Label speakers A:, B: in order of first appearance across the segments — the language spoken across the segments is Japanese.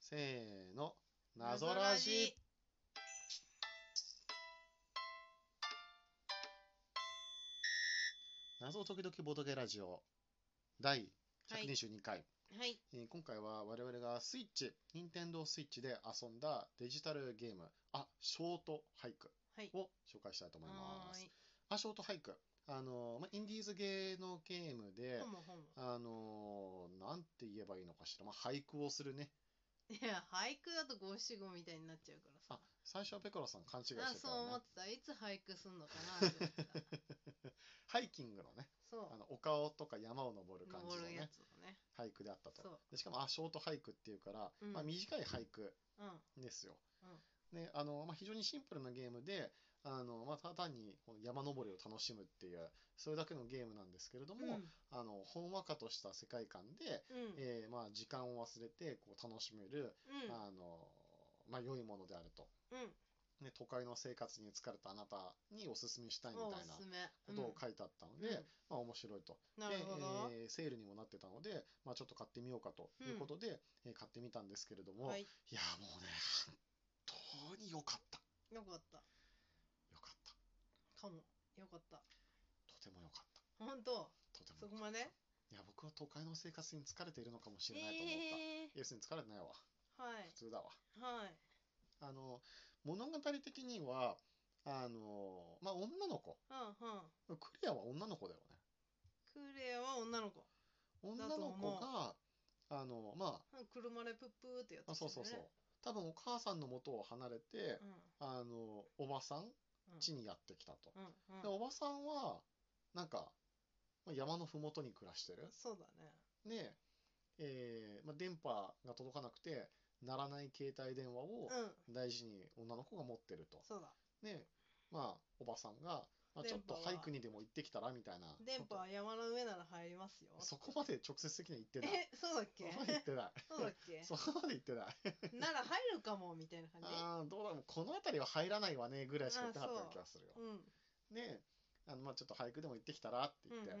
A: せーの、謎ラジ。謎時々ボドゲラジオ第
B: はい
A: 122回、
B: はい
A: えー今回は我々がスイッチ、任天堂スイッチで遊んだデジタルゲーム、あ、ショート俳句
B: はい
A: を紹介したいと思いま
B: は
A: す
B: ー。い
A: あ、ショート俳句。あのー、まあ、インディーズゲーのゲームで
B: ほ、もほも
A: あのー、なんて言えばいいのかしら、まあ、俳句をするね。
B: いや俳句だと五七五みたいになっちゃうからさ
A: あ、最初はペコラさん勘違いしてた
B: あ
A: よね。
B: そう思ってたいつ俳句すんのかなって思ってた
A: ハイキングのね、
B: そう
A: あの丘をとか山を登る感じ
B: 登
A: の
B: るや
A: ね、
B: つだね
A: 俳句であった
B: そ
A: と。
B: う
A: でしかも、あ、ショート俳句っていうから、
B: うん
A: まあ、短い俳句
B: うん
A: ですよ。ねあのまあ、非常にシンプルなゲームで、あのまあ、ただ単にこの山登りを楽しむっていう、それだけのゲームなんですけれど
B: うんう
A: も、
B: ん
A: あのほんわかとした世界観で、えーまあ、時間を忘れてこう楽しめる、
B: うん
A: あのまあ、良いものであると、
B: うん
A: ね。都会の生活に疲れたあなたにお勧めしたいみ
B: お
A: た
B: お
A: いな
B: すすめ
A: こ
B: うん
A: とを書いてあったので、
B: うん
A: まあ、面白いと。
B: なるほど
A: で、えーセールにもなってたので、まあ、ちょっと買ってみようかということで、えー買ってみたんですけれども、、
B: はいい
A: やもうね本当に良かった
B: よかった
A: 良かった
B: かもよかった
A: とても良かった
B: 本当
A: とても
B: そ
A: 良
B: こ
A: かった
B: まで
A: いや僕は都会の生活に疲れているのかもしれないと思った、
B: え
A: 要するに疲れてないわ
B: ーはい
A: 普通だわ
B: はい
A: あの物語的にはあのまあ女の子
B: うんうん
A: クリアは女の子だよね
B: クレアは女の子
A: 女
B: だと
A: の
B: 思う
A: 子があのま
B: うん車でプップーってやつ
A: ああそうそうそう多分お母さんの元を離れて、
B: うん
A: あのおばさん
B: うん
A: 地にやってきたと、
B: うんうん
A: でおばさんはなんかまあ山のふもとに暮らしてる
B: そうだね
A: で、えーまあ、電波が届かなくて鳴らない携帯電話を
B: うん
A: 大事に女の子が持ってると、
B: そうだ
A: でまあおばさんが、まあ、ちょっと
B: 電波は
A: 俳句にでも行ってきたらみたいな
B: 電波は山の上なら入りますよ
A: そこまで直接的には言ってない
B: えそうだっ
A: そ
B: け
A: こまで言ってな
B: そうだっ
A: い
B: け
A: そこまで言ってない
B: なら入るかもみたいな感じ
A: あーどうだろうこの辺りは入らないわねぐらいしか言ってなかったような気がするよ
B: うん
A: ねあのまあちょっと俳句でも行ってきたらって言
B: う
A: っ
B: ん
A: て、
B: うん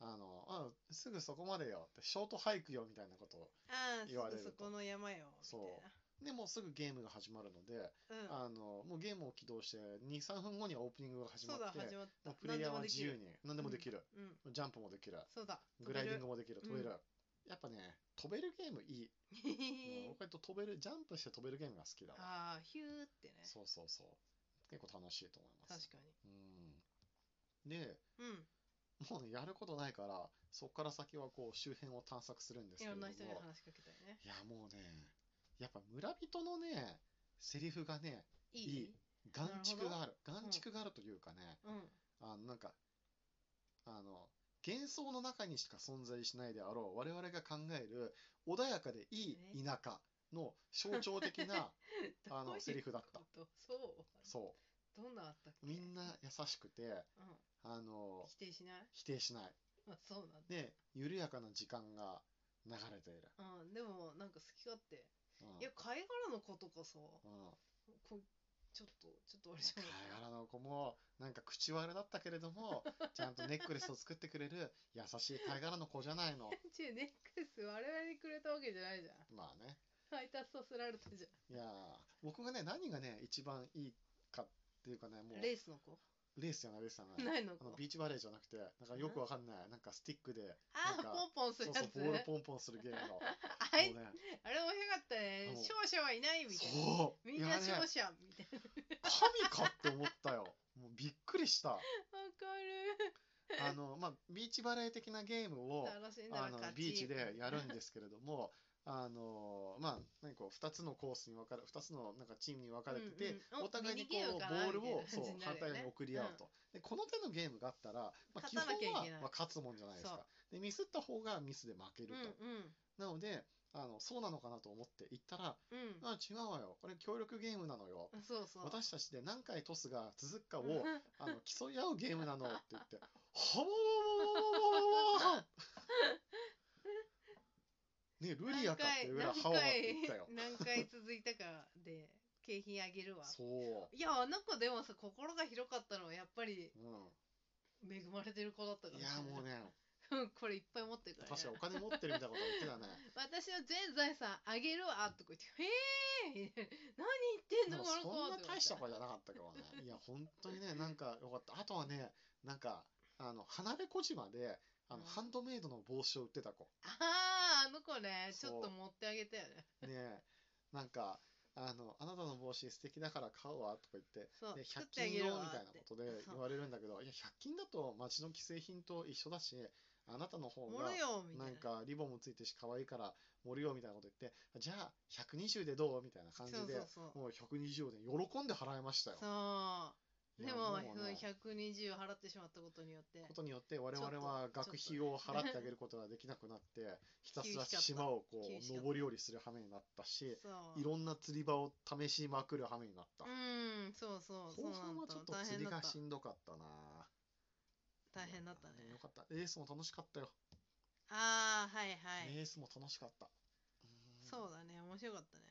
A: あのあすぐそこまでよってショート俳句よみたいなことを
B: ああ
A: 言われると
B: そこの山よ
A: そう
B: み
A: でもうすぐゲームが始まるので、
B: たいなうん
A: あのもうゲームを起動して23分後にはオープニングが始ま
B: そ
A: っ
B: うだ
A: て
B: 始まっ
A: もう
B: た
A: プレイヤーは自由
B: 何でもできる
A: に何でもできる、
B: うん
A: ジャンプもできる
B: そうだ
A: グライディングも
B: も
A: できる飛べる、
B: うん
A: やっぱね飛べるゲームいい、うん、僕はと飛べるジャンプして飛べるゲームが好きだわ
B: ああヒューってね
A: そうそうそう結構楽しいと思います
B: 確か
A: うんで
B: にうん
A: もうねやることないからそこから先はこう周辺を探索するんです
B: い
A: けれ
B: ろ
A: ども
B: んな人に話しかけたいね
A: いやもうねやっぱ村人のねセリフがね
B: い
A: いい眼
B: なる
A: 畜
B: ほど
A: がある眼畜があるというかね、
B: うん
A: あのなんかあの幻想の中にしか存在しないであろう我々が考える穏やかでいい田舎の象徴的 な あのセリフだった
B: どういうことそう
A: そ
B: どんなあったっけ
A: うみんな優しくて
B: うん
A: あの
B: 否定しない
A: 否定しない
B: あそうなんだ
A: で緩やかな時間が流れている、
B: うんでもなんか好き勝手
A: うん
B: いや貝殻の子とかさ
A: うん
B: こちょっとちょっとあれじゃない
A: 貝殻の子もなんか口悪だったけれど もちゃんとネックレスを作ってくれる優しい貝殻の子じゃないの
B: ちゅうネックレス我々にくれたわけじゃないじゃん
A: まあね
B: 配達させられたじゃ
A: いやー僕がね何がね一番いいかっていうかねも
B: ん
A: う
B: レースの子
A: レースじゃないレースじゃない
B: ないの
A: あ
B: 子
A: のビーチバレーじゃなくてなんかよくわかんないなんかスティックでな
B: あ
A: ん
B: あ
A: か
B: ポンポン
A: そ
B: する
A: う
B: や
A: そうボ
B: つ
A: ールポンポンするゲームのもう
B: あい
A: ね
B: あれ面白かった
A: あ
B: ね
A: の
B: 勝者はいないみたいな
A: そう
B: み
A: い
B: ん
A: や
B: な
A: ね
B: 勝者みたいな
A: 神かって思ったよもうびっくりした
B: わか
A: あのまあビーチバレー的なゲームを
B: る楽しんだら
A: あの
B: 勝ち
A: ビーチでやるんですけれども あのまあ何かこう2つのコースに分かれ2つのなんかチームに分かれてて、
B: うんうんお
A: お互いにこ
B: ミニゲー
A: うボ
B: ムかな
A: ールを
B: みたいな感じ
A: そう
B: にな
A: 反
B: るよね
A: 対に送り合うと、でこの手のゲームがあったら、まあ、基本は
B: 勝たなきゃいけない
A: まあ、勝つもんじゃないです
B: そ
A: かでミスった方がミスで負ける
B: う
A: と、
B: んうん
A: なのであのそうなのかなと思って行ったら
B: うん
A: あ違うわよこれ協力ゲームなのよ
B: そうそう
A: 私たちで何回トスが続くかを
B: うん
A: あの競い合うゲームなのって言って、ほぼぼぼぼぼぼぼぼねルリアかっていうぐらいハワワって言ったよ。
B: 何回何回続いたかで景品あげるわ
A: そ
B: いやあの子でもさ心が広かったのはやっぱり
A: う。う
B: 恵まれてる子だった
A: ん。
B: か
A: い
B: ら
A: や、もうね、
B: うんこれいっぱい持ってるから、
A: 確かお金持ってるみたいなこと言ってたね。
B: 私は全財産あげるわとか言って、へえ何言って
A: で
B: んの
A: も
B: この
A: そ
B: 子
A: んな大した
B: とか
A: 声じゃなかったけどね。いや、本当にね、なんかよかった。あとはね、なんか、あの、花辺小島で、あの、
B: うん
A: ハンドメイドの帽子を売ってた子。
B: 言ってあああの子ねち
A: そう
B: ょっと持ってあげたよね
A: ねえ、なんか、あの、あなたの帽子素敵だから買うわとか言って、
B: そう
A: で
B: 作っ
A: 100
B: てあ
A: 均
B: げ
A: よ
B: るわ
A: み
B: った
A: いな
B: て
A: ことで
B: そう
A: 言われるんだけど、いや、100均だと街の既製品と一緒だし、あなたの方
B: も
A: が
B: ろ、よみたい
A: な
B: なん
A: かリボンもついてるし可愛いから盛るよみたいなこと言って、じゃあ120でどうみたいな感じ
B: そう
A: で
B: そう、そう
A: もう120で喜んで払いましたよ。
B: そう
A: い
B: で
A: や
B: も、
A: う
B: その
A: ね
B: 120払ってしまったことによって、
A: ことによって我々は
B: ちょっと
A: 学費を払ってあげることができなくなって、ひたすら
B: 厳しかった
A: 島をこ
B: 厳し
A: う
B: かった
A: 上り下りする羽目になったし、
B: そう。
A: いろんな釣り場を試しまくる羽目になった
B: う。ん、そうそう、そう
A: 後
B: な
A: 半
B: ん
A: は
B: だ
A: ちょっ。と
B: 大
A: 釣り
B: 変だっ
A: が
B: た
A: し。んどかったな。
B: 大変だったね。
A: よかった。レースも楽しかったよ。
B: ああ、はいはい、
A: レースも楽しかった。うん
B: そうだね、面白かったね。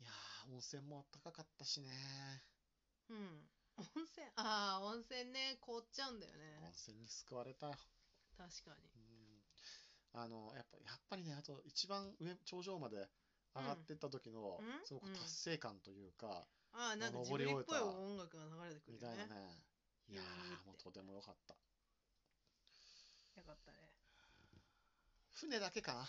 A: いやー温泉もあったかかったしね。
B: うん。温泉、ああ、温泉ね、凍っちゃうんだよ
A: 温
B: ね。
A: 泉に救われたよ。
B: 確かに。
A: うんあのやっぱやっぱりねあと一番上頂上まで上がってった時の、
B: うん
A: すごく
B: うん
A: 達成感というか、
B: ああ、なんかジブ
A: 登り
B: リっ
A: 終え
B: ぽい
A: た
B: 音楽が流れてく
A: み
B: る
A: た
B: よ
A: いなね
B: ね。
A: いや
B: うん
A: ーもうとても良かった
B: よかったね。
A: 船だけかな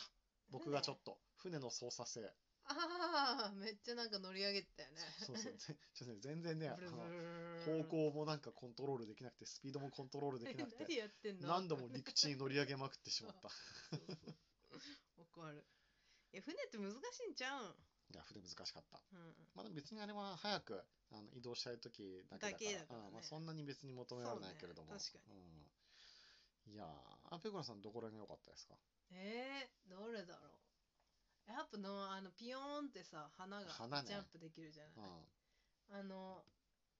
A: 僕がちょっと船の操作性、
B: ああ、めっちゃなんか乗り上げてたよね。
A: そうそうぜちょっとね全然ねあ
B: ブルブ
A: の
B: ルブル
A: 方向もなんかコントロールできなくてスピードもコントロールできなくて
B: 何やってんの
A: 何度も陸地に乗り上げまくってしまっ た
B: そうそうそうわかる。いや、船って難しいんちゃうん。
A: いや船難しかった
B: うん。
A: まあでも別にあれは早くあの移動したい時だけだから
B: だけだからね
A: うんまあ、そんなに別に求められないけれども、
B: そうね確か
A: うん、いやーあペコラさんどこら辺が良かったですか
B: えー、どれだろう。やっぱの、あの、ピヨーンってさ、花が
A: 花ね
B: ジャンプできるじゃ
A: うん
B: ない。あの、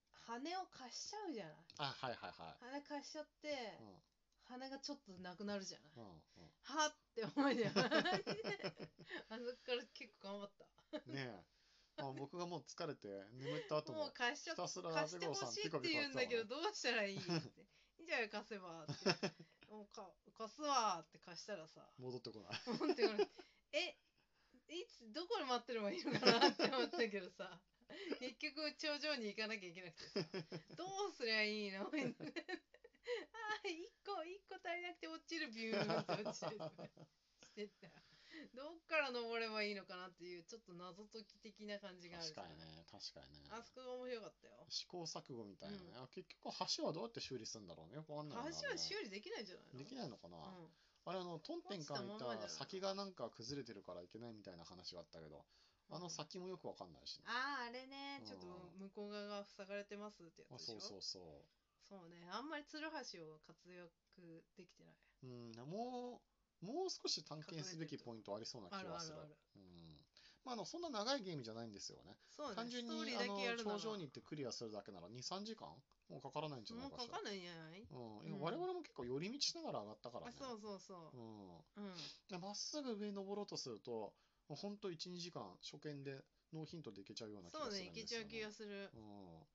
B: 羽を貸しちゃうじゃない。
A: あはいはいは
B: 羽貸しちゃって、
A: い、うん
B: 羽がちょっとなくなるじゃない。
A: う
B: はっって思う じゃん。マジであそこから結構頑張った。
A: んうん、ねえ、まあ、僕がもう疲れて眠った後
B: もう
A: も
B: 貸しちゃ
A: ひ
B: った
A: すら
B: 貸し
A: ペ
B: て
A: コ
B: ほ
A: ラさん
B: しい
A: ピ
B: って
A: コピコ
B: 言
A: や
B: う
A: っ
B: ん
A: てたもん
B: だけ
A: ね
B: ど、どうしたらいいって。いいじゃん、貸せばって。 もうか貸すわーって貸したらさ、
A: 戻ってこない
B: ポンって言われてえ、いつ、どこで待ってればいいのかなって思ったけど さ、結局、頂上に行かなきゃいけなくてさ、どうすりゃいい のああ、一個、一個足りなくて落ちる、ビューンって落ちてるしてった。どっから登ればいいのかなっていう、ちょっと謎解き的な感じがある
A: 確
B: じゃ
A: か
B: ん
A: にね確かにね
B: あそこが面白かったよ。
A: 試行錯誤みたいなね、あ結局橋はどうやって修理するんだろうねよくわかん
B: 橋
A: ないなあ
B: は
A: れね
B: 修理できないんじゃないの
A: できないのかな、
B: うん
A: あれあのトンテンカンみ
B: 落ち
A: た
B: たまんま
A: いな
B: じゃな
A: い先がなんか崩れてるからいけないみたいな話があったけどあの先もよくわかんないしね
B: あああれね、ちょっと
A: う
B: 向こう側が塞がれてますってや
A: あ
B: つ
A: そ
B: で
A: う
B: し
A: そ
B: ょ
A: うそう
B: そうねあんまり鶴橋を活躍できてない
A: うんもうもう少し探検すべきポイントありそうな
B: あ
A: 気
B: るあ
A: は
B: る
A: する
B: ある
A: うんまあ、あのそんな長いゲームじゃないんですよね
B: そうね
A: 単純に
B: ストーリー
A: あ
B: だけやるな
A: の
B: ら
A: 頂上に行ってクリアするだけなら23時間もうかからないんじゃない
B: もう
A: か
B: か
A: しら
B: かんないんじゃない、
A: うん
B: うん
A: 我々も結構寄り道しながら上がったから
B: あ
A: ね
B: そうそうそううんうん、
A: でまっすぐ上に登ろうとするともうほんと12時間初見でノーヒントで行けちゃうような気が
B: そう
A: す
B: ね
A: る
B: い
A: ん
B: け
A: です
B: ちゃ
A: よ
B: う気がする
A: うん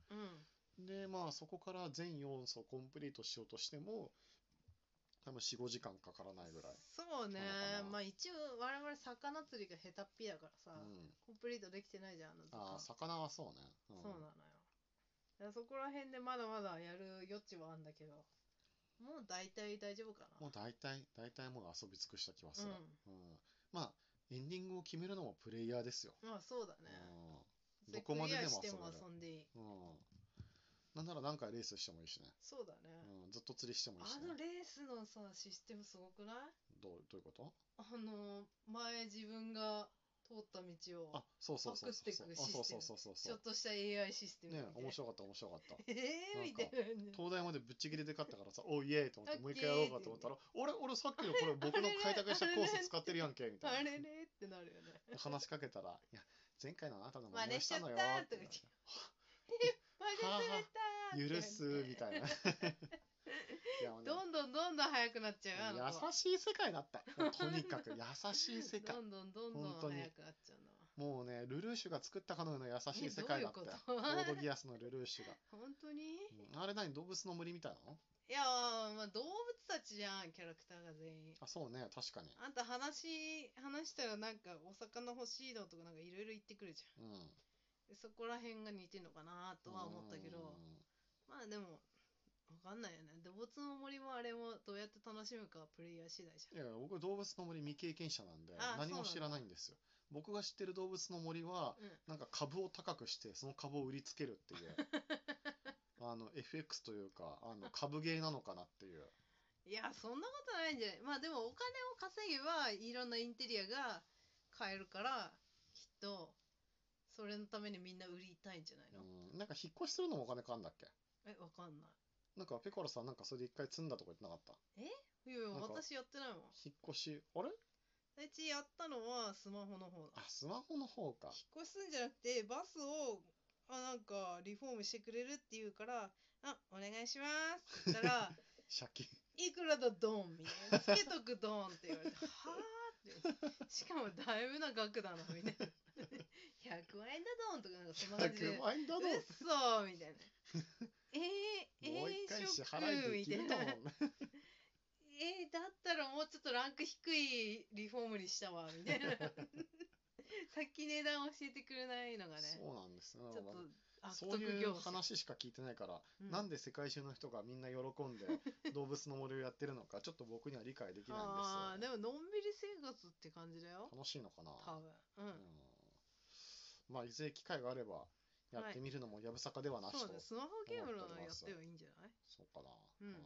B: うん
A: でまあそこから全要素をコンプリートしようとしても多分45時間かからないぐらい、
B: そうね
A: なのかな
B: まあ一応我々魚釣りが下手っぴだからさ、
A: うん、
B: コンプリートできてないじゃんあの図鑑
A: ああ魚はそうね、うん
B: そうなのよ。だからそこら辺でまだまだやる余地はあんだけど、もう大体大丈夫かな。
A: もう大体大体もう遊び尽くした気はする、
B: う
A: うんまあエンディングを決めるのもプレイヤーですよ、
B: ん。まあそうだね。
A: うん、
B: それ
A: どこまででも
B: クリ
A: 遊べ
B: アしても遊
A: る、
B: んでいい。
A: うん、なんなら何回レースしてもいいしね、
B: そうだね。
A: うん、ずっと釣りしてもいいし
B: あ
A: ね
B: のレースのさ、システムすごくない
A: どうどういうこと
B: あの、前自分が通った道を
A: あ、そうそうそうそう
B: パ
A: そ
B: ク
A: う
B: ってくる
A: あそう
B: システ
A: そう
B: ム
A: そうそう
B: ち
A: そ
B: ょ
A: う
B: っとした AI システム
A: ね
B: みたいな
A: 面白かった面白かった
B: えーみたいなね。
A: 東大までぶっちぎりで勝ったからさ、おいえーと思って、もう一回やろうかと思ったら、俺、俺さっきの これ僕の開拓したコース使ってるやんけ、みた
B: あ
A: い
B: れ
A: な。
B: ねってなるよね。
A: 話しかけたら、いや、前回のあなたの
B: 真
A: 真似
B: 似
A: を
B: し
A: し
B: ちゃ
A: た
B: った
A: の
B: と
A: よ
B: か
A: ーっ
B: 言
A: て
B: っ
A: なってて。。
B: 真似されたーって
A: 許す、み たいな。いや、もうね
B: どんどんどんどん速くなっちゃうあの子
A: 優しい世界だった。もうとにかく優しい世界
B: ど。んどんどんどん
A: 本
B: 速
A: 当
B: く
A: に
B: なっちゃうな
A: もうね、ルルーシュが作ったかのような優しい世界だったよ。
B: え
A: コ
B: どういうこと
A: ードギアスのルルーシュが。
B: 本当に
A: うんあれ何動物の森みたいなの
B: いやーまあ動物たちじゃん、キャラクターが全員。
A: あ、そうね、確かに。
B: あんた話、話したらなんかお魚欲しいのとかなんかいろいろ言ってくるじゃ
A: うん。
B: ん。でそこら辺が似てんのかなとは思ったけど、まあでも、わかんないよね。動物の森もあれもどうやって楽しむかはプレイヤー次第じ
A: うん。いや、僕動物の森未経験者なんで
B: あ、
A: 何も
B: そうなんだ
A: 知らないんですよ。僕が知ってる動物の森は、
B: ゃん。うん。
A: なんか株を高くして、その株を売りつけるって いう。あの、FX というか、あの、株ゲーなのかなっていう。
B: いや、そんなことないんじゃないまあでもお金を稼げばいろんなインテリアが買えるから、きっと、それのためにみんな売りたいんじゃないの、
A: うん。なんか引っ越しするのもお金かかんだっけ
B: え、わかんない。
A: なんか、ペコラさんなんかそれで一回積んだとか言ってなかった
B: いやいや、
A: なんか
B: 私やってないもん。
A: 引っ越し、あれ
B: うちやったのはスマホの方
A: あ
B: だ。、
A: スマホの方か。
B: 引っ越しすんじゃなくて、バスを、あ、なんか、リフォームしてくれるって言うから、あ、お願いします って言ったら、
A: 借金。
B: いくらだドンみたいな。つけとくドンって言われて、はあって。しかもだいぶな額だな、みたいな。100万円だドンとか、なんかそんな感じで
A: 100。万円だぞ。
B: 嘘みたいな。えー、えー、
A: もう一回
B: シ
A: 支
B: ョ
A: 払
B: ック
A: い
B: み
A: で
B: た
A: 決め
B: いな
A: た。もんね。
B: えー、だったらもうちょっとランク低いリフォームにしたわみたいな さっき値段教えてくれないのがね
A: そうなんですね。
B: ちょっと悪
A: そう
B: 徳
A: いう
B: 業者
A: 話しか聞いてないから、なんで世界中の人がみんな喜ん で動物の森をやってるのか、ちょっと僕には理解できない
B: あ
A: ん
B: あー
A: です
B: でものんびり生活って感じだよ
A: よ。楽しいのかな。
B: 多分うん、
A: うんまあ、いずれ機会があれば、やってみるのもやぶさかではなしと。
B: そうねスマホゲームの
A: 思っており
B: や
A: ま
B: っ
A: す
B: てはいいんじゃない
A: そうかな。
B: うん
A: はい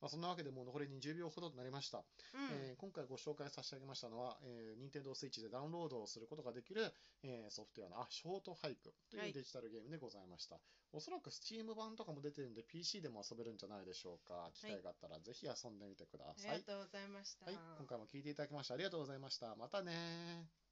A: まあ、そんなわけでもう残り20秒ほどとなりました。
B: うん、
A: えー今回ご紹介差し上げましたのは、えー、Nintendo Switch でダウンロードをすることができる、えーソフトウェアのあショートハイクと
B: は
A: いう
B: い
A: デジタルゲームでございました。おそらく Steam 版とかも出てるんで、PC でも遊べるんじゃないでしょうか。機会があったらぜひ遊んでみてくだ
B: あり
A: さい。
B: がとうございました、
A: はい、今回も聞いていただきましてありがとうございました。またねー